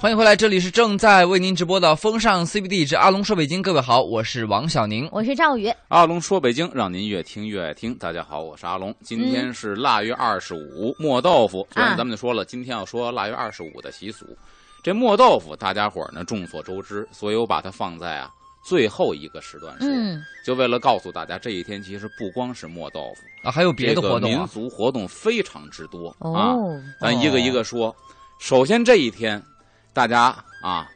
欢迎回来，这里是正在为您直播的风尚 CBD 之阿龙说北京。各位好，我是王小宁。我是赵宇，阿龙说：“北京，让您越听越爱听。”大家好，我是阿龙。今嗯天是腊月二十五，磨豆腐。啊昨天咱们就说了，今天要说腊月二十五的习俗。这磨豆腐，大家伙儿呢众所周知，所以我把它放在啊最后一个时段说，嗯，就为了告诉大家，这一天其实不光是磨豆腐，啊，还有别的活这个动民啊？俗活动非常之多、啊。哦，咱一个一个说。首先这一天，大家啊，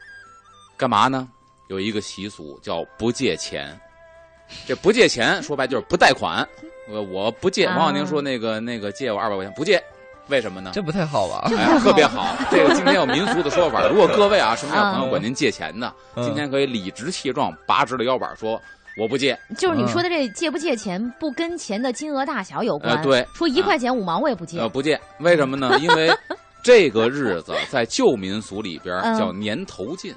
干嘛呢？有一个习俗叫不借钱。这不借钱，说白就是不贷款。我我不借。啊王小宁说那个那个借我二百块钱，不借，为什么呢？这不太好啊吧？哎呀，特别好。这个今天有民俗的 说法，如果各位啊身边有朋友管您借钱的，嗯今天可以理直气壮拔直了腰板说我不借。就是你说的这借不借钱，不跟钱的金额大小有关。呃对说一块钱五毛我也不借呃，。不借，为什么呢？因为这个日子在旧民俗里边嗯叫年头尽。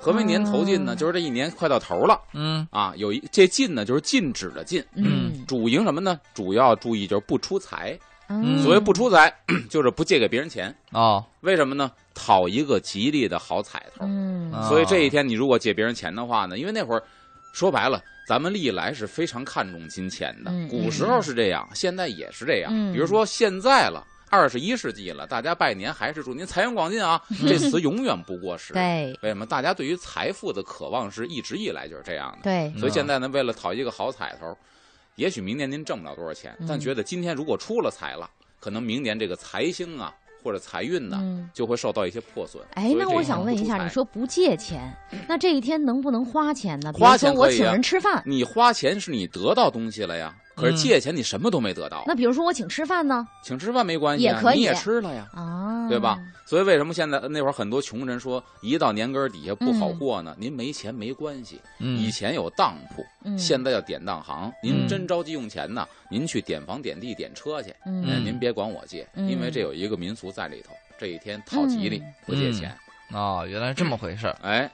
何为年头尽呢？嗯就是这一年快到头了嗯，啊，有一这禁呢，就是禁止的禁。嗯，主营什么呢？主要注意就是不出财。嗯所谓不出财， 就是不借给别人钱。哦，为什么呢？讨一个吉利的好彩头。嗯啊所以这一天你如果借别人钱的话呢，因为那会儿说白了，咱们历来是非常看重金钱的嗯，古时候是这样，现在也是这嗯样。比如说现在了。二十一世纪了，大家拜年还是祝您财源广进啊！这词永远不过嗯时。对为什么？大家对于财富的渴望是一直以来就是这样的。对，所以现在呢，为了讨一个好彩头，也许明年您挣不了多少钱，但嗯觉得今天如果出了财了，可能明年这个财星啊或者财运呢嗯，就会受到一些破损。哎所，以那这我一天想不问一出下，财你说不借钱，那这一天能不能花钱呢？比花如说钱我可以请啊人吃饭，你花钱是你得到东西了呀，嗯可是借钱你什么都没得到，那比如说我请吃饭呢？请吃饭没关系、啊，也可以你也吃了呀。啊，对吧？所以为什么现在那会儿很多穷人说一到年根儿底下不好过呢？您没钱没关系，以嗯，前有当铺，嗯，现在叫典当行。嗯您真着急用钱呢，您去点房、点地、点车去，哎嗯您别管我借，嗯因为这有一个民俗在里头，这一天讨吉利嗯不借钱。哦，原来是这么回事儿。哎，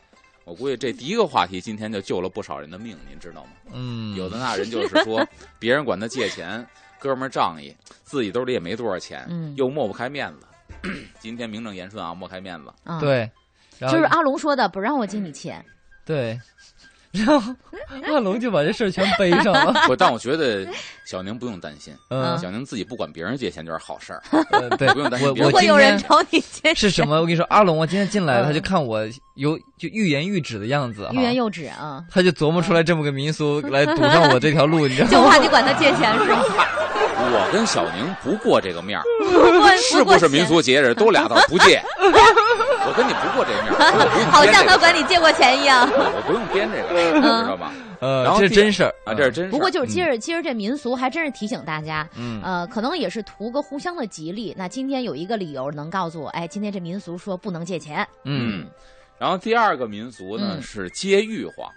我估计这第一个话题今天就救了不少人的命，您知道吗？嗯，有的那人就 是说，别人管他借钱，哥们儿仗义，自己兜里也没多少钱，嗯又抹不开面子。 今天名正言顺啊，抹开面 子。啊，，对，然后就是阿龙说的，不让我借你钱。对，然后阿龙就把这事儿全背上 了。不，但我觉得小宁不用担心，嗯，小宁自己不管别人借钱就是好事儿。呃对，不用担心我别人我如果今有人天找你借钱，是什么？我跟你说，阿龙，我今天进来了，嗯他就看我有就欲言又止的样子，哈欲言又止啊，他就琢磨出来这么个民俗来堵上我这条路，你知就 道吗？怕你管他借钱是吧？我跟小宁不过这个面儿，不过是过不是民钱俗节日都俩字儿不 借？我跟你不过这面儿，我 不用好编像这 他个管你借过钱一样。我不用编这个事儿，知道吧？呃然，后这是第二真事儿啊，这是真 事儿。不过就是今儿今儿这民俗还真是提醒大家，嗯呃，可能也是图个互相的吉利。那今天有一个理由能告诉我，哎，今天这民俗说不能借钱嗯，然后第二个民俗呢嗯是接玉皇，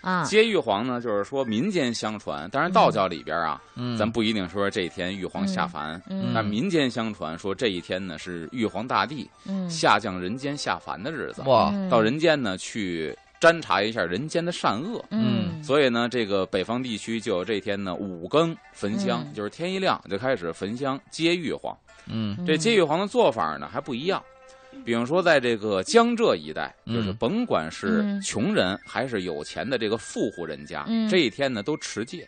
啊，接玉皇呢就是说民间相传，当然道教里边啊，嗯咱不一定说这一天玉皇下凡，嗯但民间相传说这一天呢是玉皇大帝嗯下降人间下凡的日子，哇，嗯到人间呢去侦查一下人间的善恶。嗯所以呢，这个北方地区就有这天呢五更焚香，嗯就是天一亮就开始焚香接玉皇。嗯这接玉皇的做法呢还不一样，比如说在这个江浙一带，嗯就是甭管是嗯穷人还是有钱的这个富户人家，嗯这一天呢都持戒。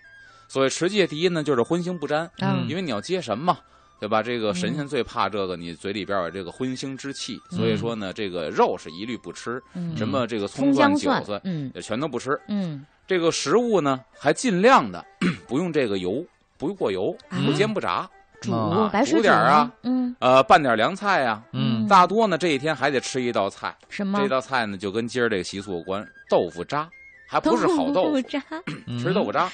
所谓持戒，第一呢就是荤腥不沾，啊嗯因为你要接神嘛，对吧？这个嗯神仙最怕这个，你嘴里边有这个荤腥之气，所嗯以说呢，这个肉是一律不吃，嗯什么这个葱葱姜蒜、韭蒜菜，嗯也全都不吃。嗯这个食物呢，还尽量的 不用这个油，不过油，不啊煎不炸，煮啊白水煮点儿啊，嗯呃，拌点凉菜呀、嗯大多呢，这一天还得吃一道菜，什么这道菜呢就跟今儿这个习俗有关，豆腐渣，还不是好豆腐， 渣，嗯吃豆腐渣。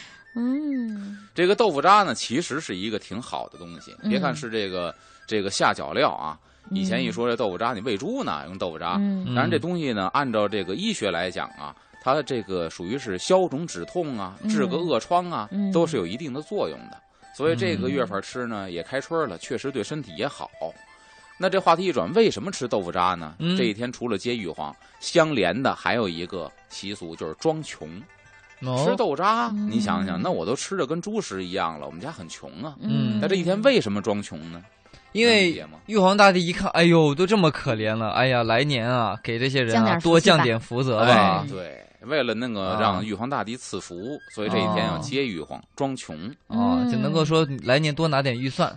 嗯这个豆腐渣呢，其实是一个挺好的东西。嗯别看是这个这个下脚料啊，以前一说这豆腐渣，你喂猪呢用豆腐渣，嗯当然这东西呢，按照这个医学来讲啊，它这个属于是消肿止痛啊，嗯治个恶疮啊，嗯都是有一定的作用的。所以这个嗯月份吃呢，也开春了，确实对身体也好。那这话题一转，为什么吃豆腐渣呢？嗯这一天除了接玉皇，相连的还有一个习俗就是装穷。哦吃豆渣，嗯你想想，那我都吃的跟猪食一样了，我们家很穷啊。嗯那这一天为什么装穷呢？因能理为解吗玉皇大帝一看，哎呦，都这么可怜了，哎呀，来年啊，给这些人降啊点福多气吧降点福泽哎吧。，对，为了那个嗯啊哦让玉皇大帝赐福，所以这一天要接玉皇装穷。啊，就能够嗯说来年多拿点预 算。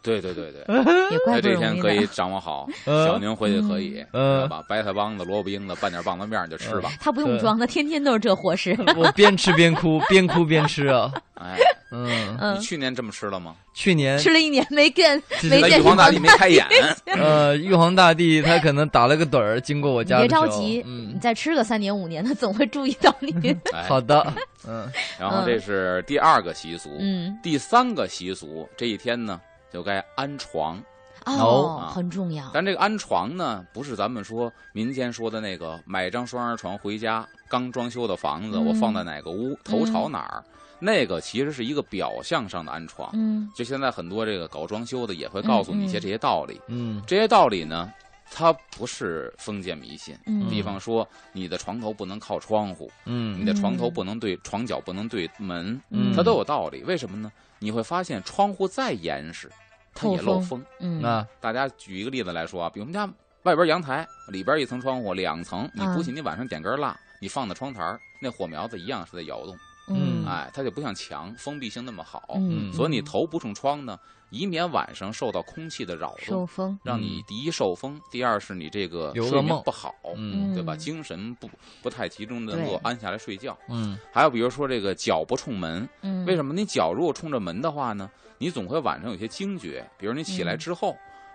对对对对，也怪那哎不哎这一容天易可以的。嗯掌握 好。呃小宁回去可以，嗯知道吧？白菜帮子、萝卜缨子，拌点棒子面儿你就吃吧。他不用对装，他天天都是这伙食。我边吃边哭，边哭边吃啊。哎，嗯，嗯你，去年这么吃了吗？去嗯年吃了一年没跟这是没那那见玉皇大帝没开眼，呃，玉皇大帝他可能打了个盹儿，经过我你家的别时候着急，你嗯，再吃个三年五年，他总会注意到你。 哎好的，嗯，然后这是第二个习 俗，嗯，第三个习俗，这一天呢就该安床。哦啊，很重要。但这个安床呢，不是咱们说民间说的那个买张双人床回家，刚装修的房子，嗯我放在哪个屋，头朝哪儿，那个其实是一个表象上的安床。嗯就现在很多这个搞装修的也会告诉你一些嗯嗯这些道理，嗯，这些道理呢，它不是封建迷信。嗯比方说，你的床头不能靠窗户，你嗯，的床头不能对床脚不能对门，嗯它都有道理。为什么呢？你会发现窗户再严实，它也漏透风。嗯那大家举一个例子来说啊，比如我们家外边阳台里边一层窗户，两层，你啊不信？你晚上点根蜡，你放在窗台儿那火苗子一样是在摇动。嗯哎，它就不像墙封闭性那么好，嗯所以你头不冲窗呢，以免晚上受到空气的扰受动，风，让你第一受风，第二是你这个嗯有睡噩眠梦不好，嗯对吧？嗯精神不不太集中，能够对安下来睡觉。嗯还有比如说这个脚不冲门，嗯，为么？什么你脚如果冲着门的话呢？你总会晚上有些惊觉，比如你起来嗯之后。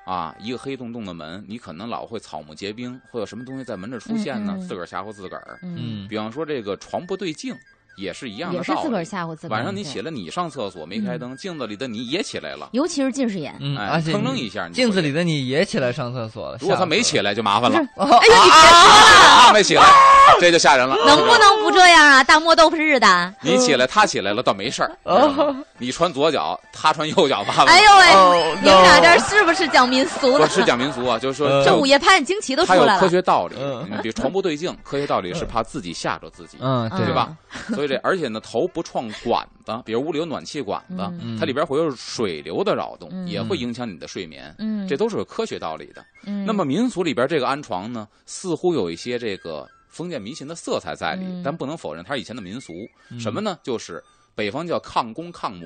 啊，一个黑洞洞的门，你可能老会草木皆兵，会有什么东西在门这出现呢？嗯嗯自个儿吓唬自个儿。嗯，嗯比方说这个床不对镜，也是一样也的是道自个儿嗯理。吓唬自个儿。晚上你起对，来，你上厕所没开灯，镜子里的你也起来了，尤其是近视 眼。嗯，哎而，且腾你楞一下，你就镜子会里的你也起来上厕所了，如果吓他没死起了，来就麻烦了，哎呀，你啊，没起来，这就吓人了。能不能不这样啊？大漠豆腐日的。你起来，他起来了倒没事儿，知道吗你穿左脚，他穿右脚，麻烦了。哎呦喂哦，你们俩 no 这是不是讲民俗我呢？是讲民俗啊，就是说呃这这午夜拍案惊奇都出它有来科了，学道理，嗯嗯比如床不对镜，科学道理是怕自己吓着自己，嗯，嗯对吧？所以这而且呢，头不撞管子，比如屋里有暖气管子，嗯它里边会有水流的扰动，嗯也会影响你的睡眠。嗯，这都是有科学道理的。嗯那么民俗里边这个安床呢，似乎有一些这个封建迷信的色彩在里，嗯但不能否认它是以前的民俗。嗯什么？呢？就是北方叫炕公炕母，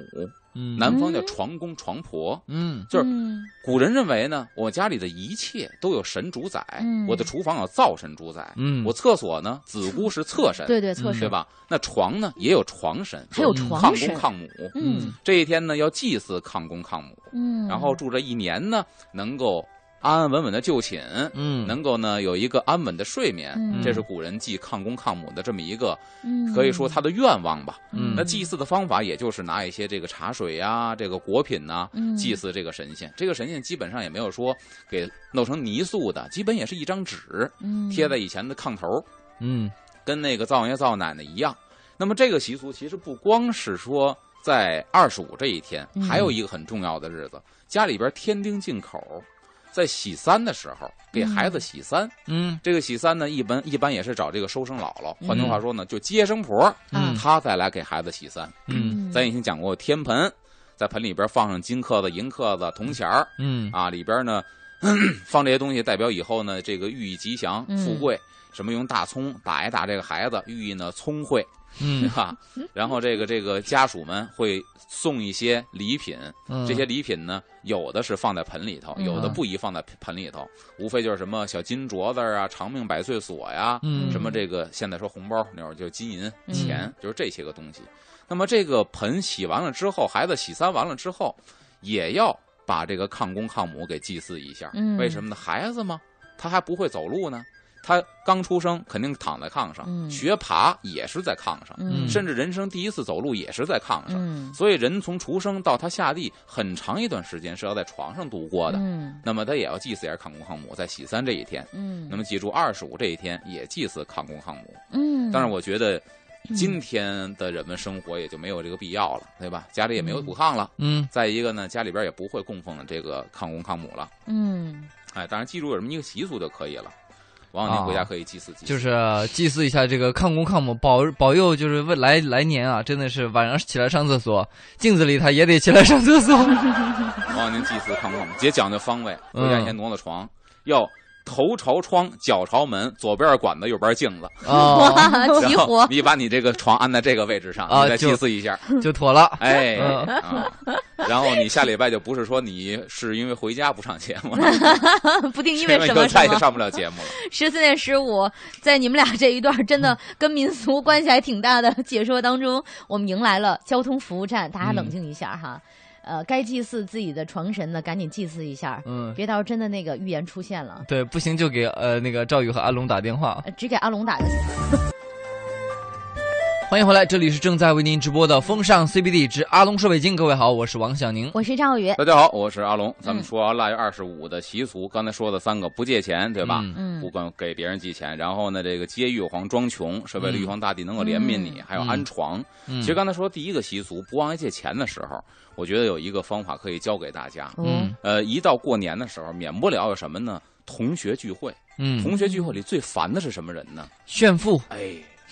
嗯，南方叫床公床婆。嗯就是嗯古人认为呢，我家里的一切都有神主宰，嗯我的厨房有灶神主宰，嗯，我厕所呢子姑是厕神，嗯对对错对是吧？那床呢也有床神，还有就是床炕神公炕母。嗯这一天呢要祭祀炕公炕母，嗯，然后住这一年呢能够安安稳稳的就寝，嗯，能够呢有一个安稳的睡眠。嗯这是古人祭炕公炕母的这么一个，嗯可以说他的愿望吧。嗯那祭祀的方法，也就是拿一些这个茶水呀、这个果品呐、嗯祭祀这个神仙。这个神仙基本上也没有说给弄成泥塑的，基本也是一张纸嗯贴在以前的炕头儿，嗯跟那个灶王爷灶奶奶一样。那么这个习俗其实不光是说在二十五这一天嗯，还有一个很重要的日子，家里边添丁进口，在喜三的时候给孩子喜三。嗯这个喜三呢，一般一般也是找这个收生姥姥，换句话说呢，就接生婆，嗯她再来给孩子喜三。嗯咱已经讲过天盆，在盆里边放上金刻子、银刻子、铜钱儿嗯啊，里边呢 咳咳放这些东西，代表以后呢这个寓意吉祥、嗯富贵。什么用大葱打一打这个孩子，寓意呢聪慧，嗯哈、然后这个这个家属们会送一些礼品，嗯，这些礼品呢，有的是放在盆里头，嗯有的不宜放在盆里头，无非就是什么小金镯子啊、长命百岁锁呀、嗯什么这个现在说红包，那会儿就金银嗯钱，就是这些个东西。那么这个盆洗完了之后，孩子洗三完了之后，也要把这个抗公抗母给祭祀一下。嗯为什么呢？孩子嘛，他还不会走路呢，他刚出生肯定躺在炕上，嗯学爬也是在炕上，嗯甚至人生第一次走路也是在炕上。嗯所以人从出生到他下地，很长一段时间是要在床上度过的。嗯那么他也要祭祀一下抗公抗母，在喜三这一天。嗯那么记住，二十五这一天也祭祀抗公抗母。嗯，当然，我觉得今天的人们生活也就没有这个必要了，对吧？家里也没有土炕了。嗯再一个呢，家里边也不会供奉这个抗公抗母了。嗯哎，当然记住有这么一个习俗就可以了。王小宁回家可以祭祀祭祀，就是祭祀一下这个抗公抗母，保保佑就是未来来年啊，真的是晚上起来上厕所，镜子里他也得起来上厕 所。王小宁祭祀抗公抗母，也讲究方位，嗯回家先挪挪床，要头朝窗，脚朝门，左边管子，右边镜子。哦， 哇，然齐后活，你把你这个床安在这个位置上，啊你再祭就祀一下。就妥了。 哎，嗯啊然后你下礼拜就不是说你是因为回家不上节目了，不 定因为什就么再什也么。上不了节目了。十四点十五，在你们俩这一段真嗯的跟民俗关系还挺大的解说当中，我们迎来了交通服务站，大家嗯冷静一下哈。呃，该祭祀自己的床神的，赶紧祭祀一下，嗯，别到时候真的那个预言出现了，对，不行就给呃那个赵宇和阿龙打电话。呃只给阿龙打个。欢迎回来，这里是正在为您直播的风尚 CBD 之阿龙说北京。各位好，我是王小宁。我是赵宇，大家好，我是阿龙。嗯咱们说腊月二十五的习俗，刚才说的三个不借钱，对吧？嗯嗯不，管给别人寄钱，然后呢，这个接玉皇装穷是为了玉皇大帝能够怜悯你，嗯还有安床。嗯其实刚才说第一个习俗不忘记借钱的时候，我觉得有一个方法可以教给大家。嗯呃，一到过年的时候，免不了有什么呢？同学聚会，嗯，同学聚会里最烦的是什么人呢？炫富，哎，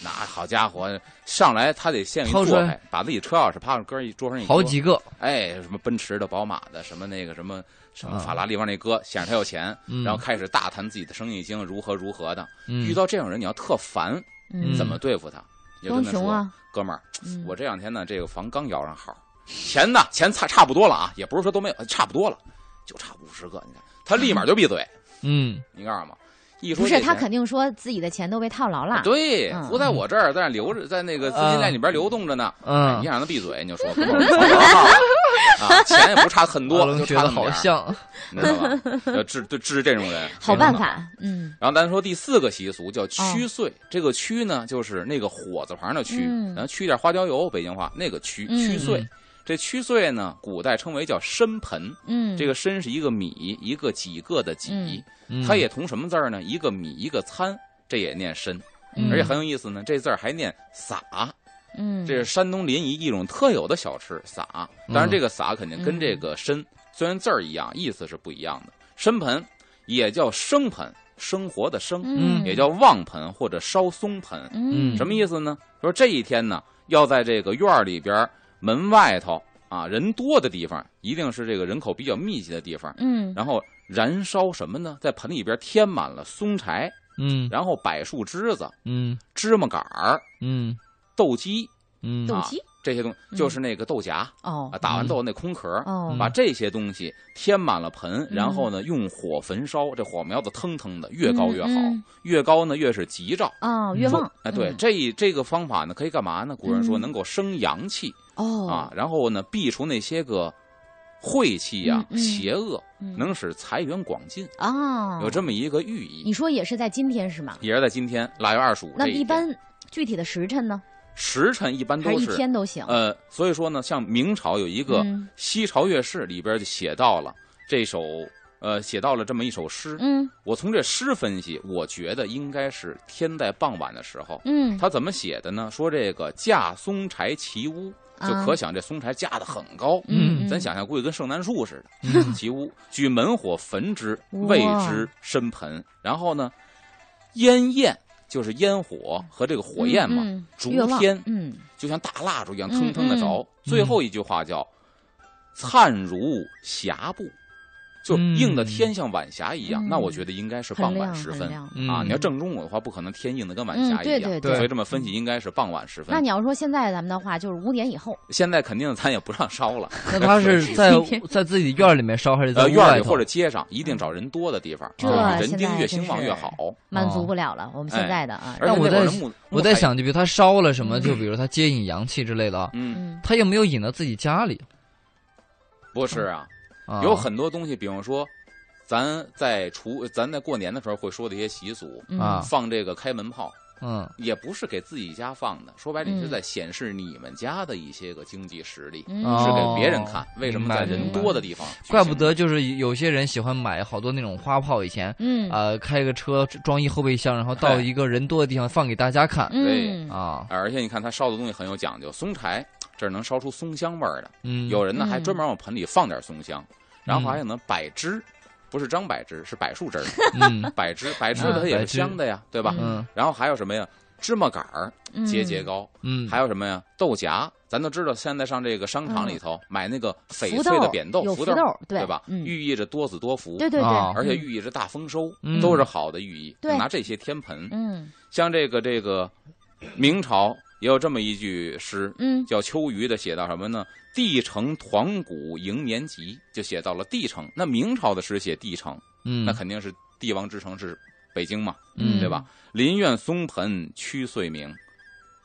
那好家伙，上来他得先一掏坐出来开，把自己车钥匙趴上搁一桌上一好搁几个，哎，什么奔驰的、宝马的，什么那个什么什么啊法拉利往那搁，显示他有钱，嗯然后开始大谈自己的生意经如何如何的。嗯遇到这种人，你要特烦，嗯，怎么对付他？你就装跟他熊说，啊？哥们儿，嗯我这两天呢，这个房刚摇上号，钱呢，钱差差不多了啊，也不是说都没有，差不多了，就差五十个。你看，他立马就闭嘴，嗯你告诉吗？一说不是这他钱肯定说自己的钱都被套牢了，对嗯，不在我这儿，在那留着，在那个资金链里边流动着呢。哎你嗯，想让他闭嘴，你就 说哥们儿我房摇上号了啊，钱也不差很 阿多，龙就觉差得那么好点儿。像，你知道吧？要治对治这种人，好没办办。法，嗯然后咱说第四个习哦俗叫驱岁，这个驱呢就是那个火字旁的驱，嗯然后驱点花椒油，北京话那个驱嗯驱岁。嗯这驱岁呢，古代称为叫参盆，嗯，这个参是一个米一个几个的几，嗯它也同什么字儿呢？一个米一个参，这也念参，嗯而且很有意思呢，这字儿还念撒。嗯，这是山东临沂一种特有的小吃撒。当然，这个撒肯定跟这个嗯参虽然字儿一样，意思是不一样的。参盆也叫生盆，生活的生，嗯也叫旺盆或者烧松盆。嗯什么意思呢？说这一天呢，要在这个院儿里边儿、门外头啊，人多的地方，一定是这个人口比较密集的地方，嗯然后燃烧什么呢？在盆里边添满了松柴，嗯然后柏树枝子、嗯芝麻杆儿、嗯豆鸡嗯斗啊鸡这些东西，嗯就是那个豆荚。哦啊，打完豆那空壳儿，哦嗯把这些东西填满了盆，然后呢用火焚烧，这火苗子腾腾的，越高越好，嗯嗯越高呢越是吉兆。哦，冤枉哎，对，这一这个方法呢，可以干嘛呢？古人说能够生阳气、嗯哦啊，然后呢避除那些个晦气啊、嗯嗯邪恶，嗯能使财源广进，哦，有这么一个寓意你。说也是在今天是吗？也是在今天腊月二十五那这一一天，般具体的时辰呢？时辰一般还都是一是天都行？呃，所以说呢，像明朝有一个《嗯西朝乐事》里边就写到了这首，呃，写到了这么一首诗。嗯我从这诗分析，我觉得应该是天在傍晚的时候。嗯，他怎么写的呢？说这个架松柴齐屋，就可想这松柴架得很高。啊嗯咱想想，估计跟圣诞树似的。齐屋举门火焚之，谓之生盆。然后呢，烟焰就是烟火和这个火焰嘛，嗯逐冤枉天。嗯就像大蜡烛一样嗯腾腾的着。最后一句话叫“灿如霞布”，就映的天像晚霞一样。嗯那我觉得应该是很傍晚亮时很分亮。嗯啊！你要正中午的话，不可能天映的跟晚霞嗯一对样。对对所以这么分析应该是傍晚时那分。你要说现在咱们的话，就是五点以后，现在肯定咱也不让烧了，那他是在在自己院儿里面烧还是在呃，屋院儿外里头或者？街上一定找人多的地方，这就是嗯现人丁在越真兴旺越是好。满足不了了。我们现在的啊，哎而那且我那会儿在人木我在，木材想，就比如他烧了什么，就比如他接引阳气之类的啊，嗯，嗯他有没有引到自己家里？不是啊，啊有很多东西，比方说，咱在除咱在过年的时候会说的一些习俗，嗯啊放这个开门炮，嗯也不是给自己家放的，说白了，嗯你是在显示你们家的一些个经济实力，嗯哦是给别人看。为什么在明白人多的地方举行？怪不得就是有些人喜欢买好多那种花炮，以前嗯啊呃开个车装一后备箱，然后到对一个人多的地方放给大家看嗯啊，而且你看，他烧的东西很有讲究，松柴这儿能烧出松香味儿的。嗯，有人呢嗯还专门往盆里放点松香，然后还有呢柏枝，不是张柏芝，是 柏树枝儿，嗯柏芝，柏芝啊它也柏是芝香的呀，对吧？嗯然后还有什么呀？芝麻杆儿嗯节节高，嗯，还有什么呀？豆荚，咱都知道，现在上这个商场里头买那个翡嗯福翠豆的儿扁豆、有福豆儿，对对吧？嗯，寓意着多子多福，对对对啊，而且嗯寓意着大丰收，嗯都是好的寓意。对拿这些天盆，嗯像这个这个明朝也有这么一句诗，嗯叫秋余的，写到什么呢？帝城团鼓迎年集，就写到了帝城。那明朝的诗写帝城，嗯，那肯定是帝王之城是北京嘛，嗯对吧？林苑松盆曲岁明，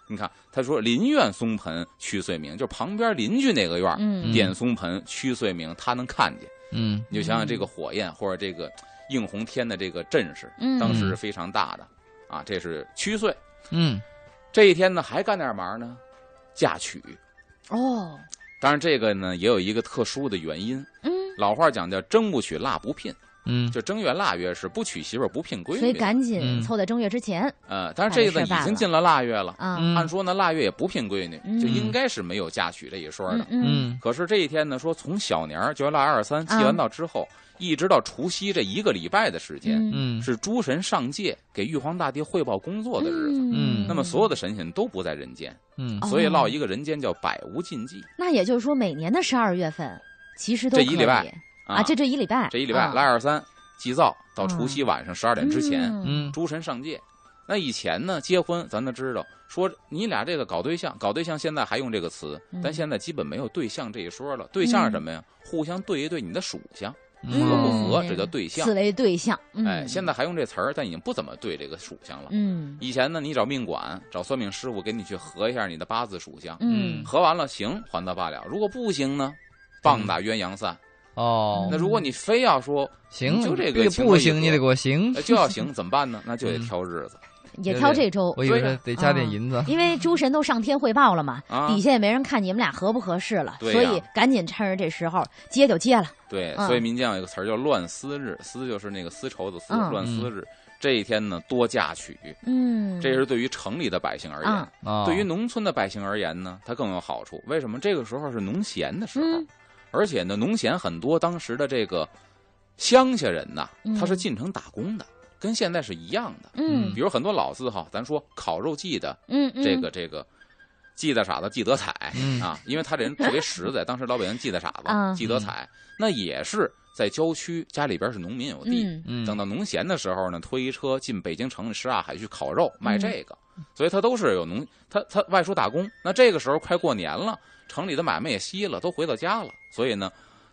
你看他说林苑松盆曲岁明，就是旁边邻居那个院儿嗯点松盆曲岁明，他能看见。嗯你就想想这个火焰或者这个映红天的这个阵势，嗯当时是非常大的啊。这是曲岁，嗯这一天呢还干点嘛呢？嫁娶。哦当然，这个呢也有一个特殊的原因。嗯，老话讲叫“正不娶辣不聘”，嗯就正月腊月是不娶媳妇儿不聘闺所以女。赶紧嗯凑在正月之前呃，当然这个把这事呢办已经了进了腊月了。啊，嗯按说呢，腊月也不聘闺女，就嗯应该是没有嫁娶这一说的。嗯嗯嗯可是这一天呢，说从小年儿九月腊二三祭啊完到之后，一直到除夕这一个礼拜的时间，嗯嗯是诸神上界给玉皇大帝汇报工作的日子。嗯那么所有的神仙都不在人间，嗯哦所以落一个人间叫百无禁忌那也就是说，每年的十二月份其实都这可一以礼拜啊，这这一礼拜，这一礼拜啊腊二三祭灶到除夕晚上十二点之前，嗯嗯诸神上界。那以前呢，结婚咱都知道，说你俩这个搞对象，搞对象现在还用这个词，嗯但现在基本没有对象这一说了。对象是什么呀？互相对一对你的属相合不嗯合，这叫对象此。为对象，嗯哎，现在还用这词儿，但已经不怎么对这个属相了。嗯以前呢，你找命馆、找算命师傅给你去合一下你的八字属相，嗯合完了行，还他罢了。如果不行呢，棒打鸳鸯散。嗯哦那如果你非要说行，就这个不情不况一行，你合得给我行 呃，就要行，怎么办呢？那就得挑日子也挑这周，我以为对是呀得加点啊银子，因为诸神都上天汇报了嘛，嗯啊。底下也没人看你们俩合不合适了，对所呀以赶紧趁着这时候接就接了，对，嗯所以民间有一个词儿叫“乱丝日”，丝就是那个丝绸的丝，嗯乱丝日。这一天呢，多嫁娶，嗯，这是对于城里的百姓而言啊。，啊，对于农村的百姓而言呢，它更有好处。为什么？这个时候是农闲的时候嗯，而且呢，农闲很多当时的这个乡下人呐嗯，他是进城打工的，跟现在是一样的。嗯比如很多老字号，咱说烤肉季的嗯嗯，这个这个。记得傻子记得彩嗯啊，因为他这人特别实在。当时老北京记得傻嗯子、记得彩，那也是在郊区，家里边是农民有地。嗯嗯等到农闲的时候呢，推车进北京城里什刹海去烤肉嗯卖这个，所以他都是有农，他他外出打工。那这个时候快过年了，城里的买卖也稀了，都回到家了，所以呢。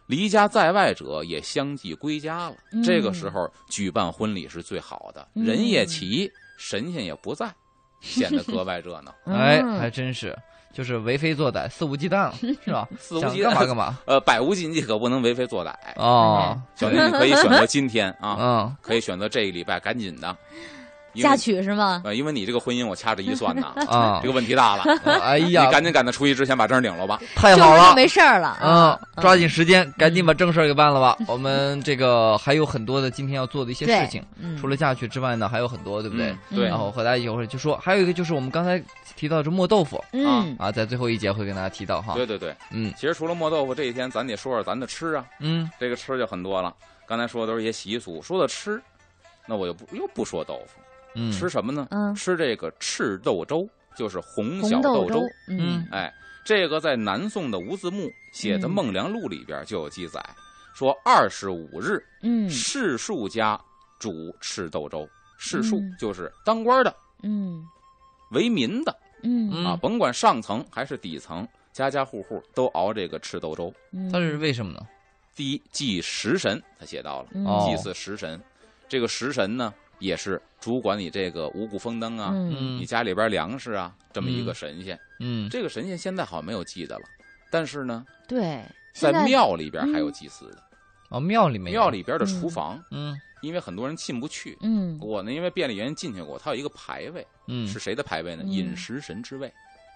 离家在外者也相继归家了。嗯这个时候举办婚礼是最好的，嗯人也齐，神仙也不在，显得格外热闹。 哎，嗯还真是，就是为非作歹，肆无忌 惮了，是吧？肆无想忌惮干嘛干嘛呃，百无禁忌可不能为非作歹。 哦，小宁，你可以选择今天哦啊，嗯，，可以选择这一礼拜，赶紧 的。因为嫁娶是吗？呃，因为你这个婚姻我掐指一算 呐啊这，个问题大了。哎你呀，赶紧赶到初一之前把证领了吧。太周好末就了，没事儿了啊嗯，，抓紧时间，赶紧把正事儿给办了吧。我们这个还有很多的今天要做的一些对事情，嗯除了嫁娶之外呢，还有很多，对不对？嗯对然后和大家一会儿就说，还有一个就是我们刚才提到的这磨豆腐嗯啊，在最后一节会跟大家提到哈。对对对，嗯其实除了磨豆腐这一天，咱得说说咱的吃啊，嗯这个吃就很多了。刚才说的都是一些习俗，说到吃，那我又不又不说豆腐，嗯，吃什么呢？嗯，吃这个赤豆粥，就是红小红豆粥。嗯哎，这个在南宋的吴字幕写的嗯《孟良录》里边就有记载，说二十五日嗯士庶家煮赤豆粥，士庶嗯就是当官的、嗯为民的嗯嗯啊，甭管上层还是底层，家家户户都熬这个赤豆粥。嗯，它是为什么呢？第一祭食神，他写到了嗯哦祭祀食神，这个食神呢也是主管你这个五谷丰登啊，嗯嗯你家里边粮食啊这么一个嗯神仙。嗯这个神仙现在好像没有祭的了，但是呢，对，在现在庙里边还有祭祀的，哦，庙里面有庙里边的嗯厨房，嗯因为很多人进不去。嗯我呢，因为便利原因进去过，它有一个牌位，嗯是谁的牌位呢？嗯饮食神之位，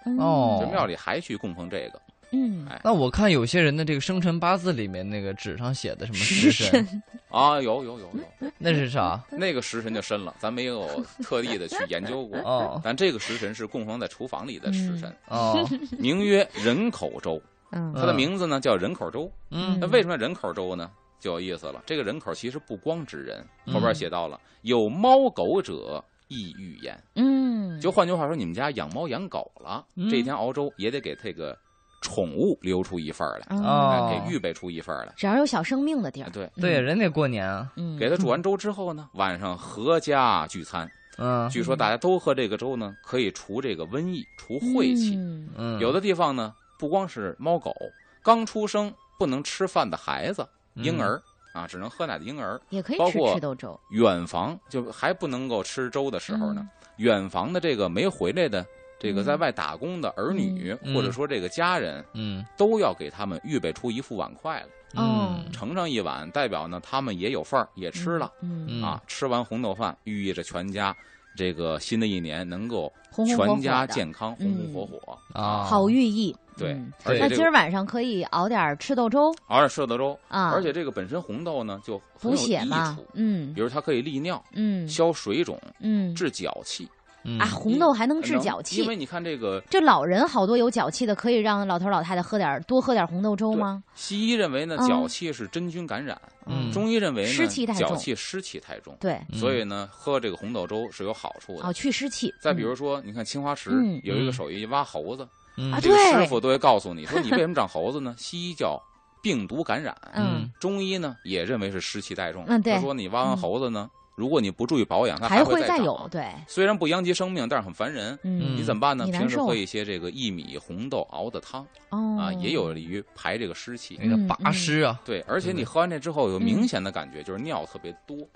嗯哦这庙里还去供奉这个。嗯哎那我看有些人的这个生辰八字里面那个纸上写的什么食神，啊，有有有有，那是啥？那个食神就深了，咱没有特地的去研 究过。哦但这个食神是供奉在厨房里的食神， 哦，名曰人口粥。嗯它的名字呢叫人口粥。嗯那为什么叫人口粥呢？就有意思了。这个人口其实不光指人，嗯后边写到了有猫狗者亦欲焉。嗯，就换句话说，你们家养猫养狗了，嗯这一天熬粥也得给这个宠物留出一份儿来，哦，哦哎给预备出一份儿来。只要有小生命的地哎儿，对，对，人得过年啊，嗯，给它煮完粥之后呢，晚上合家聚餐。嗯据说大家都喝这个粥呢，可以除这个瘟疫，除晦气。嗯嗯，有的地方呢，不光是猫狗，刚出生不能吃饭的孩子、婴儿嗯啊，只能喝奶的婴儿，也可以包吃括吃豆粥，嗯远房就还不能够吃粥的时候呢，嗯远房的这个没回来的。这个嗯在外打工的儿女，嗯或者说这个家人，嗯，都要给他们预备出一副碗筷来，嗯哦盛上一碗，代表呢他们也有份儿，也吃了、嗯，嗯啊。吃完红豆饭，寓意着全家这个新的一年能够红红火火的全家健康，红红火火啊，好寓意。对嗯，而且那这今个儿晚上可以熬点儿赤豆粥熬点射豆粥，啊，而且这个本身红豆呢就补很有血益嘛处，，嗯比如它可以利尿、嗯消水肿、嗯治脚气，嗯啊，红豆还能治能脚因气。为你看这个这老人好多有脚气的，可以让老头老太太喝点儿多喝点儿红豆粥对吗？西医认为呢，嗯脚气是真菌感染，嗯中医认为湿呢气太，重脚气湿气太重，对，嗯所以呢，喝这个红豆粥是有好处哦，的。去湿气。再比如说，你看青花瓷嗯有一个手艺挖猴子，嗯啊这个对师傅都会告诉你说你为什么长猴子呢？西医叫病毒感染，嗯，中医呢也认为是湿气带重。嗯对他说你挖完猴子呢，如果你不注意保养，它嗯，还会会再长有对，虽然不殃及生命，但是很烦人。嗯，你怎么办呢？你难平时受喝一些这个薏米红豆熬的汤哦嗯啊，也有利于排这个湿气。那个拔湿啊，对，而且你喝完这之后有明显的感觉，就是尿特别多。嗯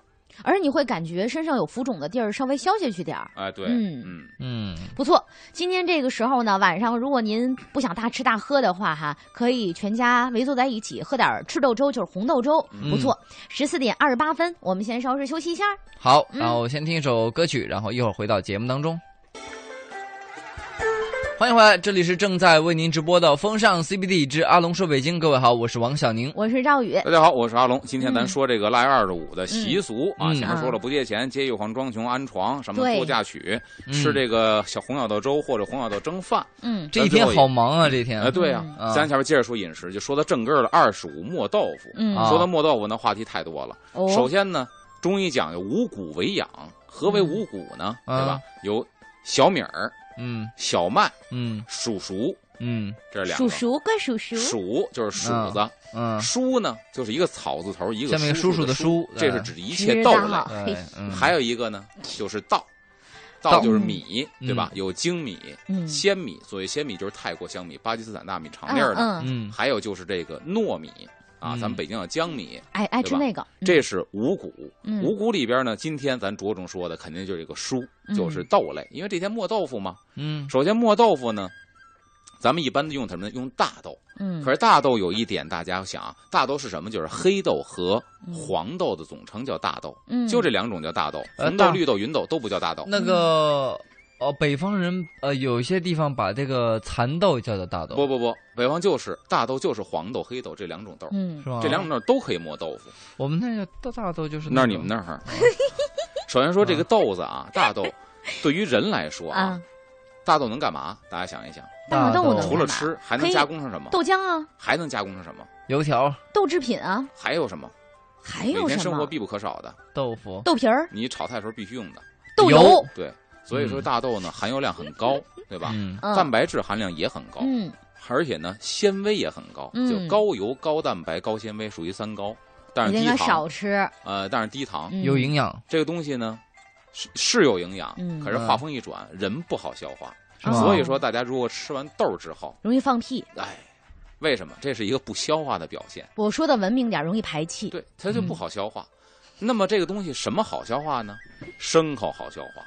而你会感觉身上有浮肿的地儿稍微消下去点儿，哎，对，嗯嗯，嗯不错。今天这个时候呢，晚上如果您不想大吃大喝的话，哈，可以全家围坐在一起喝点儿赤豆粥，就是红豆粥，不嗯错。十四点二十八分，我们先稍事休息一下。好，嗯然后先听一首歌曲，然后一会儿回到节目当中。欢迎回来，这里是正在为您直播的风尚 CBD 之阿龙说北京。各位好，我是王小宁。我是赵宇，大家好，我是阿龙。今天嗯咱说这个腊月二十五的习俗、嗯啊，前面说啊了不借钱、接玉皇、装穷、安床，什么对过嫁娶，嗯吃这个小红小豆粥或者红小豆蒸饭。嗯这一天好忙啊，这一天哎，对呀、嗯咱下边接着说饮食，就说到正根儿了，二十五磨豆腐。嗯，啊说到磨豆腐呢，话题太多了。首哦，先呢，中医讲究五谷为养，何为五谷呢？嗯对吧？有小米儿、嗯小麦、嗯黍熟嗯这两数个。熟怪数熟，黍就是黍子， 嗯，黍呢就是一个草字头，一个下面叔叔叔的嗯叔，叔这是对指一一切豆类。对，嗯还有一个呢，就是稻，稻稻就是米，嗯对吧？有精米、嗯鲜米，所谓鲜米就是泰国香米、巴基斯坦大米、长粒儿的，嗯，嗯嗯还有就是这个糯米啊，嗯咱们北京叫江米，爱爱吃对吧那个，嗯这是五谷。嗯五谷里边呢，今天咱着重说的肯定就是一个蔬，嗯就是豆类，因为这天磨豆腐嘛。嗯首先磨豆腐呢，咱们一般用什么呢？用大豆。嗯可是大豆有一点大家要想啊，大豆是什么？就是黑豆和黄豆的总称叫大豆，嗯就这两种叫大豆，呃红豆、大绿豆、芸豆都不叫大豆。那个哦，北方人呃，有些地方把这个蚕豆叫做大豆，不不不，北方就是大豆就是黄豆、黑豆这两种豆，嗯是吧？这两种豆都可以磨豆腐。我们那个大大豆就是那个是你们那儿。啊首先说嗯这个豆子啊，大 豆对于人来说啊啊，，大豆能干嘛？大家想一想，大豆能豆除了干嘛吃，还可能以加工成什么？豆浆啊，还能加工成什么？油条、豆制品啊，还有什么？还每有天什生活么？必不可少的，豆腐、豆皮儿、你炒菜的时候必须用的。豆油油，对，所以说大豆呢含油量很高，对吧？嗯嗯蛋白质含量也很高，嗯而且呢纤维也很高，嗯就高油、高蛋白、高纤维属于三高，但是你应低该糖少，吃，呃，但是低糖、嗯有营养，这个东西呢是是有营养，嗯可是话锋一转，人不好消化，是啊吧？所以说大家如果吃完豆儿之后，容易放屁。哎，为什么？这是一个不消化的表现，我说的文明点儿，容易排气。对，它嗯就不好消化。那么这个东西什么好消化呢？牲口好消化，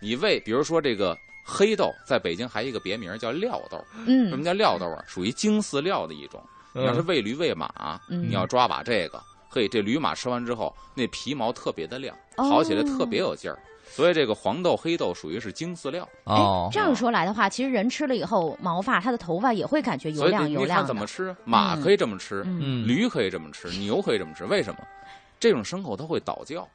你喂，比如说这个黑豆，在北京还有一个别名叫料豆。什么嗯叫料豆啊？属于精饲料的一种。哦嗯你要是喂驴喂马，嗯你要抓把这个，嘿，这驴马吃完之后，那皮毛特别的亮，哦跑起来特别有劲儿。所以这个黄豆、黑豆属于是精饲料，哦哎这，样说来的话，其实人吃了以后，毛发他的头发也会感觉油所以亮你油你亮看的。怎么吃？马可以这么吃，嗯，嗯，驴可以这么吃，牛可以这么吃。为什么？这种牲口它会倒教，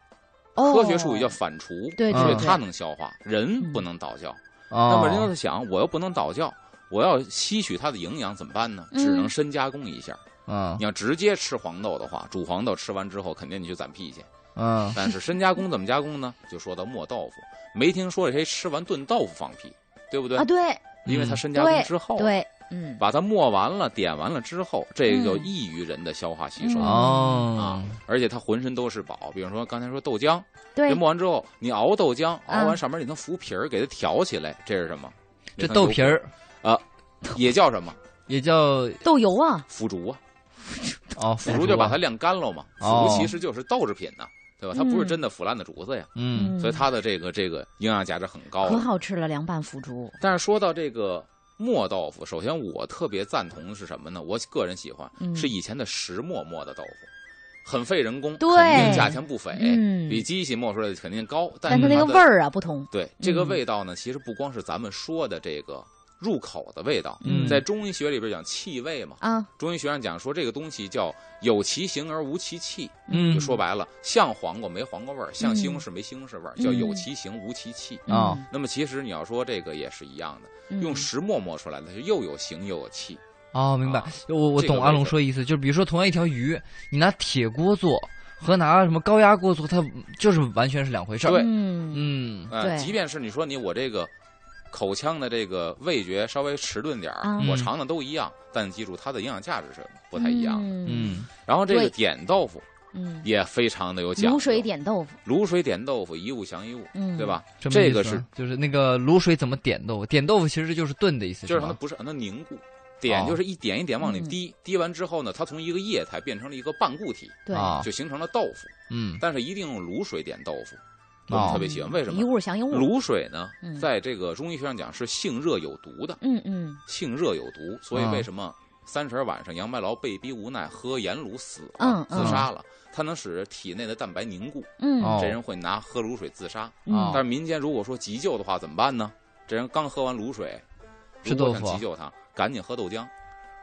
哦科学术语叫反刍，对对所以对它能消化，人不能倒教。那那哦么人哦家在想，我又不能倒教，我要吸取它的营养怎么办呢？嗯只能深加工一下。嗯你要直接吃黄豆的话，煮黄豆吃完之后，肯定你去攒屁去。嗯，但是深加工怎么加工呢？就说到磨豆腐，没听说谁吃完炖豆腐放屁，对不对？啊，对因为它深加工对之后，对，嗯，把它磨完了、点完了之后，这个就嗯易于人的消化吸收，嗯哦啊，而且它浑身都是宝。比如说刚才说豆浆，对这，磨完之后，你熬豆浆，啊熬完上面那层浮皮儿给它挑起来，这是什么？这豆皮儿也叫什么也叫豆油啊，腐竹啊？哦，腐竹竹就把它晾干了嘛。哦腐竹其实就是豆制品呐、对吧？它不是嗯真的腐烂的竹子呀，嗯嗯所以它的这个这个营养价值很高可的。好吃了，凉拌腐竹，但是说到这个磨豆腐，首先我特别赞同的是什么呢？我个人喜欢嗯是以前的石磨磨的豆腐，很费人工，对肯定价钱不菲，嗯哎比机器磨出来的肯定高，但但是它那个的味儿啊不同，对这个味道呢，其实不光是咱们说的这个入口的味道，嗯在中医学里边讲气味嘛，啊，中医学上讲说这个东西叫有其形而无其气，嗯就说白了，像黄瓜没黄瓜味儿，像西红柿没西红柿味儿，叫嗯有其形无其气。哦那么其实你要说这个也是一样的，嗯啊用石磨磨出来的，它又有形又有气。哦，明白啊，我我这个懂味阿龙道说意思，就是比如说同样一条鱼，你拿铁锅做和拿什么高压锅做，它就是完全是两回事儿。对嗯嗯呃，对即便是你说你我这个口腔的这个味觉稍微迟钝点儿啊，我尝的都一样，但记住它的营养价值是不太一样的。嗯嗯然后这对个点豆腐嗯，也非常的有讲究，卤水点豆腐，卤水点豆腐，一物降一物，嗯，对？吧？什么这意个思是啊就是那个卤水怎么点豆腐？点豆腐其实就是炖的意思，就是让它吧？不是让它凝固，点哦就是一点一点往里嗯滴，滴完之后呢，它从一个液态变成了一个半固体，对，啊，就形成了豆腐。嗯但是一定用卤水点豆腐，我哦们特别喜欢。为什嗯一么？物降一物，卤水呢嗯，在这个中医学上讲是性热有毒的，嗯嗯性热有毒，所以啊为什么三十晚上杨白劳被逼无奈喝盐卤死了，嗯自杀了？它能使体内的蛋白凝固，嗯，哦这人会拿喝卤水自杀。嗯啊但是民间如果说急救的话，怎么办呢？这人刚喝完卤水，吃如果豆想腐啊急救他，赶紧喝豆浆，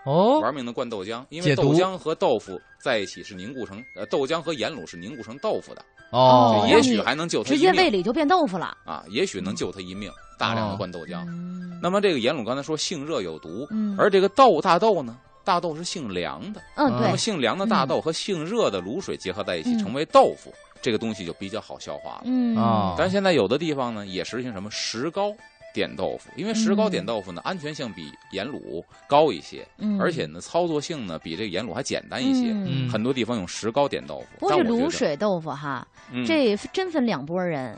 哦，玩命的灌豆浆，因解为毒豆浆和豆腐在一起是凝固成，呃，豆浆和盐卤是凝固成豆腐的，哦哦，也许还能救他直一接胃命里就变豆腐了。啊，也许能救他一命。大哦量的灌豆浆，嗯那么这个盐卤刚才说性热有毒，嗯而这个豆大豆呢，大豆是性凉的，嗯那对么，性凉的大豆和性热的卤水结合在一起嗯成为豆腐，这个东西就比较好消化了。嗯啊但是现在有的地方呢，也实行什么石膏点豆腐，因为石膏点豆腐呢，安全性比盐卤高一些，嗯啊而且呢，操作性呢比这个盐卤还简单一些。嗯嗯很多地方用石膏点豆腐，不过但这我觉卤得，水豆腐哈，嗯、这真分两拨人，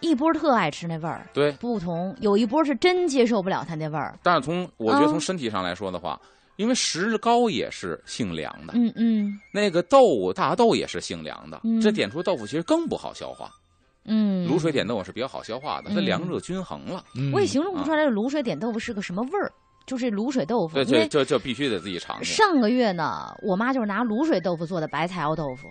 一波特爱吃那味儿，对。不同，有一波是真接受不了它那味儿。但是从我觉得嗯从身体上来说的话，因为石膏也是性凉的，嗯嗯那个豆大豆也是性凉的，嗯这点出豆腐其实更不好消化。嗯，卤水点豆腐是比较好消化的，它嗯凉热均衡了。嗯我也形容不出来这卤水点豆腐是个什么味儿，就是卤水豆腐。对，因这为这这必须得自己尝尝。上个月呢，我妈就是拿卤水豆腐做的白菜熬豆腐，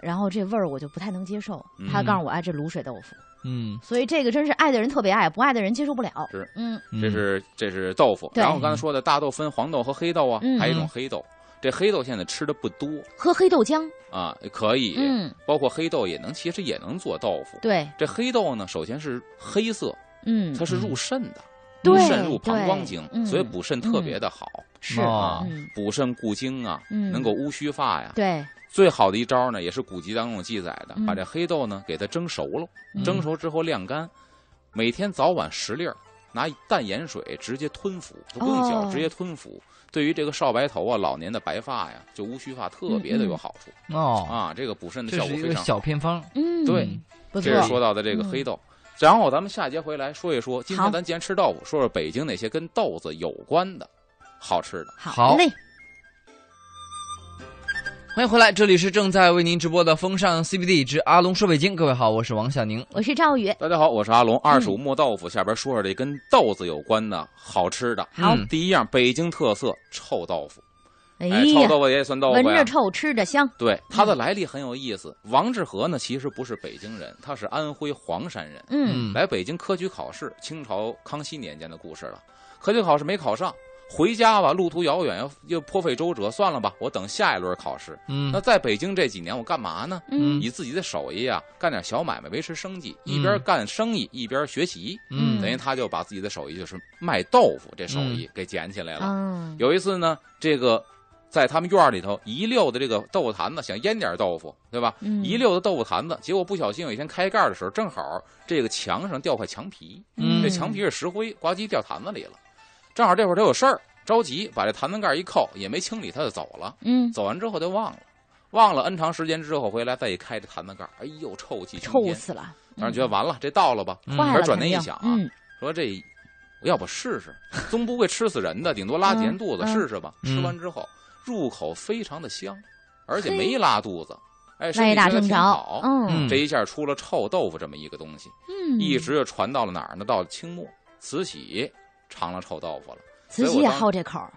然后这味儿我就不太能接受。她嗯告诉我，哎，这卤水豆腐，嗯，所以这个真是爱的人特别爱，不爱的人接受不了。是嗯嗯这是这是豆腐，对然后刚才说的大豆分黄豆和黑豆啊，嗯还有一种黑豆，这黑豆现在吃的不多喝黑豆浆，啊，可以，嗯，包括黑豆也能，其实也能做豆腐。对，这黑豆呢，首先是黑色，嗯，它是入肾的，对入肾入膀胱经，对嗯所以补肾特别的好、啊是，哦嗯补肾固精啊，嗯，能够乌须发呀。对，最好的一招呢，也是古籍当中有记载的，嗯把这黑豆呢给它蒸熟了，嗯蒸熟之后晾干，每天早晚十粒儿，拿淡盐水直接吞服，都不用搅，哦直接吞服。对于这个少白头啊、老年的白发呀，就乌须发嗯特别的有好处、哦，啊，这个补肾的这效是果一非个常好。小偏方，嗯，对，不错这，是说到的这个黑豆。然后咱们下节回来说一说，今嗯好天咱既然吃豆腐，说说北京那些跟豆子有关的好吃的。好好嘞，欢迎回来，这里是正在为您直播的风尚 CBD 之阿龙说北京，各位好，我是王小宁。我是赵宇，大家好，我是阿龙，二嗯十五磨豆腐。下边说说这跟豆子有关的好吃的。好嗯第一样，北京特色臭豆腐。哎哎，臭呀，豆腐也算豆闻腐呀着。臭，吃着香，对，它的来历很有意思。王致和呢，其实不是北京人，他是安徽黄山人。嗯，来北京科举考试，清朝康熙年间的故事了。科举考试没考上，回家吧，路途遥远，又又颇费周折，算了吧，我等下一轮考试。嗯那在北京这几年，我干嘛呢？嗯以自己的手艺啊，干点小买卖维持生计，嗯一边干生意一边学习。嗯等于他就把自己的手艺，就是卖豆腐这手艺给捡起来了。啊，有一次呢，这个在他们院儿里头一溜的这个豆腐坛子，想腌点豆腐，对吧？嗯一溜的豆腐坛子，结果不小心有一天开盖儿的时候，正好这个墙上掉块墙皮，嗯这墙皮是石灰，呱唧掉坛子里了。正好这会儿他有事儿，着急把这坛子盖儿一扣，也没清理，他就走了。嗯，走完之后就忘了，忘了 n 长时间之后回来再一开这坛子盖儿，哎呦，臭气熏臭天！死了，嗯当时觉得完了，这到了吧？嗯坏可了，是转肯念定一想啊嗯说这我要不试试，总不会吃死人的，顶多拉几天肚子嗯试试吧。嗯吃完之后入口非常的香，而且嘿没拉肚子，哎，身那体也打觉正得挺着好，。嗯嗯这一下出了臭豆腐这么一个东西，嗯，一直就传到了哪儿呢？到了清末，慈禧尝了臭豆腐了，慈所以禧我也当好这口儿，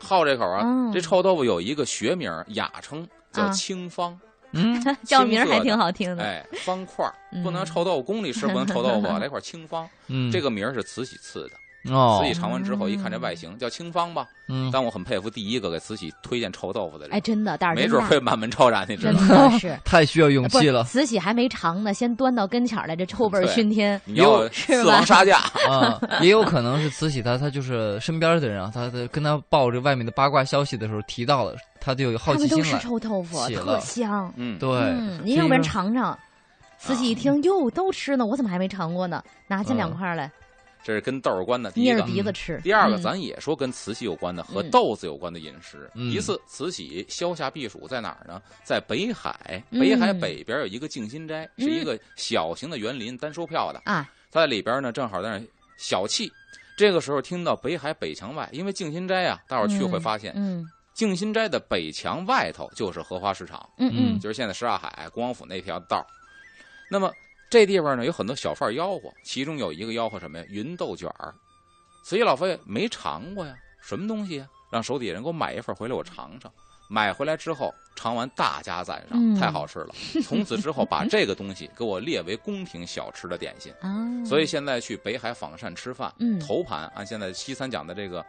好这口啊。嗯这臭豆腐有一个学名儿雅称叫啊清方，嗯，叫青名儿色还的挺好听的。哎，方块儿嗯不能臭豆腐，宫里吃不能 臭豆腐，来块儿清方。嗯，这个名儿是慈禧赐的，哦慈禧，尝完之后一看这外形叫清方吧，嗯，但我很佩服第一个给慈禧推荐臭豆腐的人，哎，真的胆儿没真准大儿，会嗯满门抄斩，你知真道吗？ 的是。哎太需要勇不气是了慈禧还没尝呢，先端到跟前儿来，这臭味儿嗯对熏天。你要哟 是四吧王杀驾，啊！ 也有可能是慈禧她她就是身边的人啊，她她跟她报这外面的八卦消息的时候提到了，她就有他好奇们心都吃了。臭豆腐，写特了香。嗯，对，嗯，您这要不然个尝尝。啊慈禧一听，哟，都吃呢，我怎么还没尝过呢？拿进两嗯块儿来，这是跟豆儿关的第一捏着个。鼻子吃。第二个，嗯咱也说跟慈禧有关的，和嗯豆子有关的饮食。嗯一次，慈禧消夏避暑在哪儿呢？在北海，嗯北海北边有一个静心斋，嗯是一个小型的园林，单收票的。啊，他在里边呢，正好在那儿小憩。这个时候听到北海北墙外，因为静心斋啊，大伙儿去嗯会发现，嗯静心斋的北墙外头就是荷花市场，嗯嗯嗯就是现在什刹海、恭王府那条道儿。那么这地方呢，有很多小贩儿吆喝，其中有一个吆喝什么呀？芸豆卷儿。慈禧老佛爷没尝过呀，什么东西呀？让手底下人给我买一份回来，我尝尝。买回来之后，尝完大加赞嗯赏，太好吃 了。从此之后，把这个东西给我列为宫廷小吃的点心。啊， 所以现在去北海坊膳吃饭，嗯头盘按现在西餐讲的这个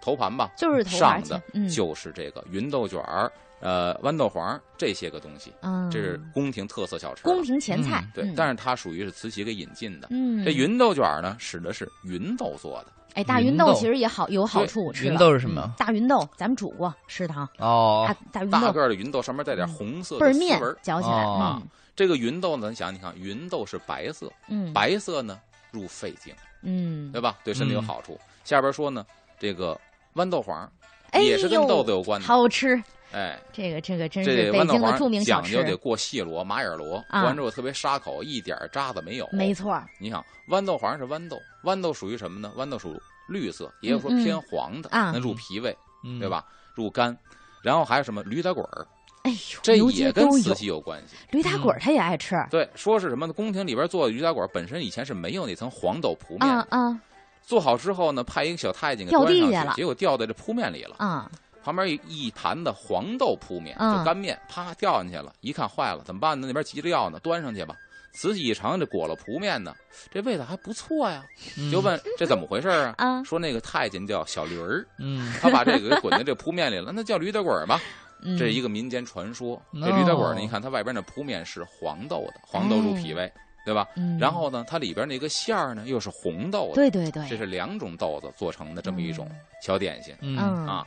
头盘吧，就是头盘上儿的去嗯就是这个芸豆卷儿、呃豌豆黄儿这些个东西，啊，这是宫廷特色小吃了。啊宫廷前菜。对，但是它属于是慈禧给引进的。嗯，这芸豆卷儿呢，使的是芸豆做的，哎，大芸芸豆豆其实也好有好对处，吃芸了豆是什嗯么大芸豆，咱们煮过食堂，哦大，大芸大豆嗯个儿的芸豆上面带点红色倍儿的丝面纹儿。嚼起来，哦嗯这个芸豆呢，咱想，你看芸豆是白色，嗯白呃色呢入肺经，嗯对，吧？对身体有嗯好处。下边说呢，这个豌豆黄儿哎也是跟呦豆子有关的，好吃，哎，这个这个真这是豌北豆京的黄著名小讲究得吃，过细螺、马眼螺，啊完完之后特别沙口，一点渣子没有。没，错儿，你想豌豆黄是豌豆，豌豆属于什么呢？豌豆属绿色，也就是说嗯嗯偏黄的，啊那入脾胃，嗯对？吧？入肝。然后还有什么驴打滚儿，哎呦，这牛也街跟都慈有，禧有关系。驴打滚儿他也爱吃，啊对，说是什么呢？宫廷里边做的驴打滚儿，本身以前是没有那层黄豆铺面啊的，啊做好之后呢，派一个小太监给掉端地上下了去，结果掉在这铺面里了。啊，旁边一一盘的黄豆铺面，嗯就干面，啪掉进去了。一看坏了，怎么办呢？那边急着要呢，端上去吧。慈禧一尝，这裹了铺面呢，这味道还不错呀，嗯就问这怎么回事儿啊啊？说那个太监叫小驴儿，嗯，他把这个给滚在这铺面 里了，那叫驴打滚儿吧？嗯这是一个民间传说。嗯这驴打滚儿哦呢，你看它外边那铺面是黄豆的，黄豆入脾胃，对吧？嗯然后呢，它里边那个馅儿呢又是红豆的，对对对，这是两种豆子做成的这么一种小点心。嗯嗯啊。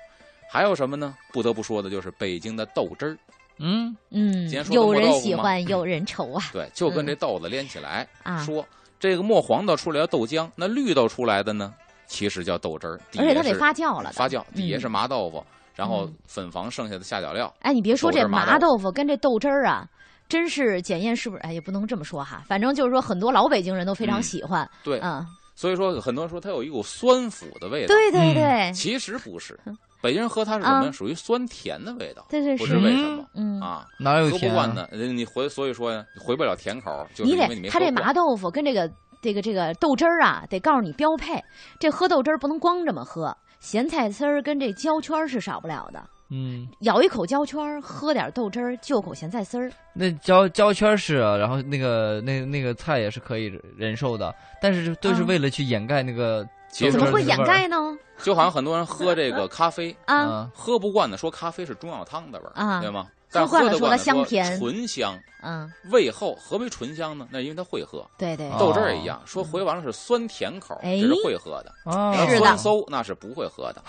还有什么呢？不得不说的就是北京的豆汁儿，嗯嗯今天，说的有磨人豆腐喜吗欢有人愁啊对，就跟嗯这豆子连起来、啊，说，这个磨黄豆出来的豆浆，那绿豆出来的呢，其实叫豆汁儿，底而且下它得是发酵了的发酵，底下嗯是麻豆腐，然后嗯粉房剩下的下脚料，哎，你别说豆汁这儿麻麻豆腐跟这豆汁儿啊，真是检验是不是？哎，也不能这么说哈，反正就是说很多老北京人都非常嗯喜欢。对，嗯，所以说很多人说它有一股酸腐的味道，对对嗯对，其实不是，北京人喝它是什么？啊属于酸甜的味道，对对不是知，为什么、嗯。啊，哪有喝不甜惯啊？呢？呃你回所以说呀，你回不了甜口，就是你因为没得，喝他这惯麻豆腐跟这个这个这个豆汁儿啊，得告诉你标配。这喝豆汁儿不能光这么喝，咸菜丝儿跟这焦圈儿是少不了的。嗯，咬一口焦圈儿，喝点豆汁儿，就口咸菜丝儿。那焦焦圈是啊，然后那个那那个菜也是可以忍受的，但是都是啊为了去掩盖那个其实怎么是会这掩味儿盖呢？就好像很多人喝这个咖啡。啊，啊喝不惯的说咖啡是中药汤的味儿，啊对吗？但说惯了喝得说惯它香甜醇香嗯，胃后，何为醇香呢？那因为它会喝。对对，哦豆汁儿一样，说回完了是酸甜口，哎这是会喝的。啊然后是的酸馊那是不会喝的。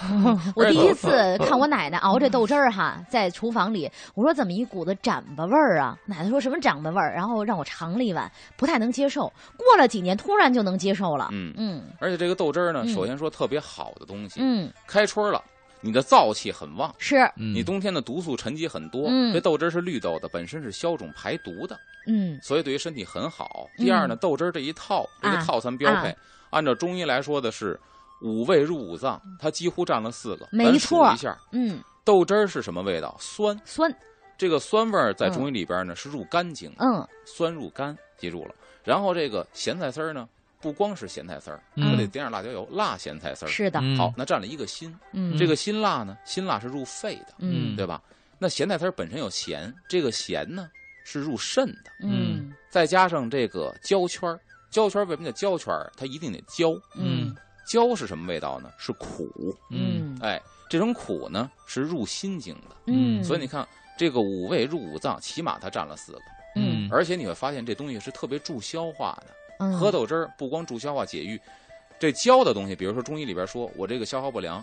我第一而且次看我奶奶熬嗯这豆汁儿哈，在厨房里，我说怎么一股子展巴味儿啊？奶奶说什么展巴味儿？然后让我尝了一碗，不太能接受。过了几年，突然就能接受了。嗯，嗯而且这个豆汁儿呢，嗯首先说特别好的东西，嗯，开春儿了，你的燥气很旺，是嗯你冬天的毒素沉积很多。嗯这豆汁儿是绿豆的，本身是消肿排毒的，嗯所以对于身体很好。嗯第二呢，豆汁儿这一套这个啊套餐标配，按照中医来说的是五味入五脏，它几乎占了四个。没咱错数一下，嗯，豆汁儿是什么味道？酸。酸这个酸味儿在嗯中医里边呢、是入肝经的，嗯酸入肝，记住了。然后这个咸菜丝儿呢，不光是咸菜丝儿，嗯我得点点辣椒油，辣咸菜丝儿。是的嗯好，那占了一个辛，嗯这个辛辣呢，辛辣是入肺的，嗯对吧？那咸菜丝儿本身有咸，这个咸呢是入肾的，嗯再加上这个焦圈儿，焦圈儿为什么叫焦圈儿？它一定得焦，嗯焦是什么味道呢？是苦，嗯嗯哎，这种苦呢是入心经的，嗯，所以你看这个五味入五脏，起码它占了四个。嗯而且你会发现这东西是特别助消化的。嗯喝豆汁儿不光助消化解郁，这焦的东西，比如说中医里边说我这个消化不良，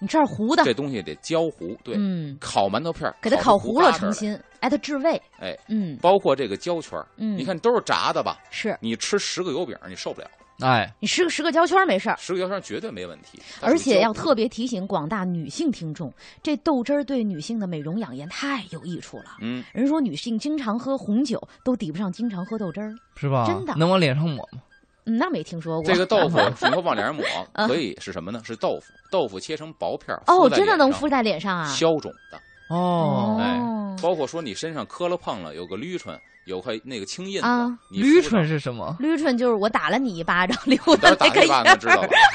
你这儿糊的这东西得焦糊。对，嗯，烤馒头片儿给它烤烤得糊糊了嘎成吱的，心，哎，它治胃。哎，嗯包括这个焦圈儿，嗯，你看都是炸的吧？是你吃十个油饼儿你受不了，哎，你吃个十个胶圈儿没事儿。十个油圈儿绝对没问题。它而属于且焦要糊特别提醒广大女性听众，这豆汁儿对女性的美容养颜太有益处了。嗯，人说女性经常喝红酒都抵不上经常喝豆汁儿，是吧？真的能往脸上抹吗？嗯那没听说过。这个豆腐你会往嗯脸上抹，可以是什么呢？是豆腐，豆腐切成薄片儿敷 哦，在真的脸能上敷在脸上啊？消肿的。哦，哎哦包括说你身上磕了碰了，有个捋唇，有块那个青印子，啊你捋敷上唇是什么？捋唇就是我打了你一巴掌， 留你到的时那候打个一巴掌就知印道儿了。嗯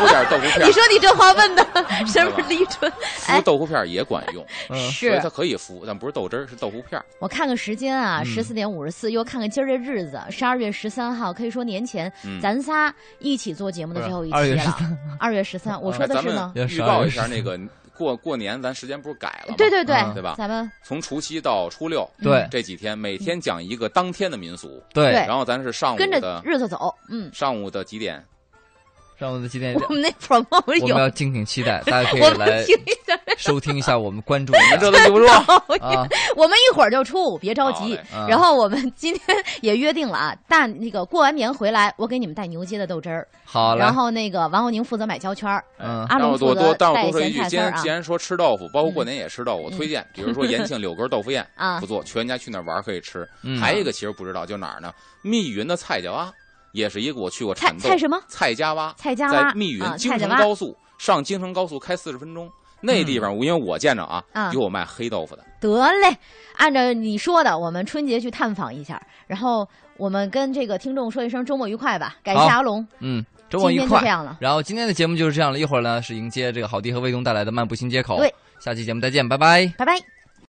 敷点豆腐片哎 你儿，说你这话问的什么是捋唇？敷豆腐片儿也管用，嗯，所以是它可以敷，但不是豆汁儿，是豆腐片儿。我看看时间啊，嗯十四点五十四，又看看今儿这日子，十二月十三号，可以说年前嗯，咱仨一起做节目的最后一期了。啊二月十 三，我说哎的咱是吗？们预告一下那个过过年，咱时间不是改了吗？对对对，嗯对吧咱们从除夕到初六对这几天，每天讲一个当天的民俗，对，嗯对然后咱是上午哎跟着嗯的日子走，嗯，上午的几点？上午的哎几点？我们那 promo 我有们，要敬请期待，大家可以我来们听一 下，收听一下，我们关注一你们下这都记不住，啊。我们一会儿就出，别着急好嘞。嗯啊然后我们今天也约定了啊，大那个过完年回来，我给你们带牛街的豆汁儿，好了然，后啊那个王后宁负责买胶圈儿，嗯阿然龙后负多责多，但带我多咸说一句，菜既丝儿然啊既然说吃豆腐，包括过年也吃豆腐，我嗯推荐，比如说延庆柳沟豆腐宴啊不，错，全家去那儿玩儿可以吃。嗯还有一个其实不知道，就哪儿呢？密云的菜家洼，也是一个我去过菜产豆菜什么？菜家洼，菜家在洼密云啊，京菜家承洼高速上京承高速开四十分钟，那地嗯方我因为我见着啊啊，有我卖黑豆腐的，得嘞，按照你说的，我们春节去探访一下，然后我们跟这个听众说一声周末愉快吧，感谢好阿龙，嗯，周末今愉天就快这。样了。然后今天的节目就是这样了，一会儿呢是迎接这个郝迪和卫东带来的漫步新街口。对，下期节目再见，拜拜。拜拜。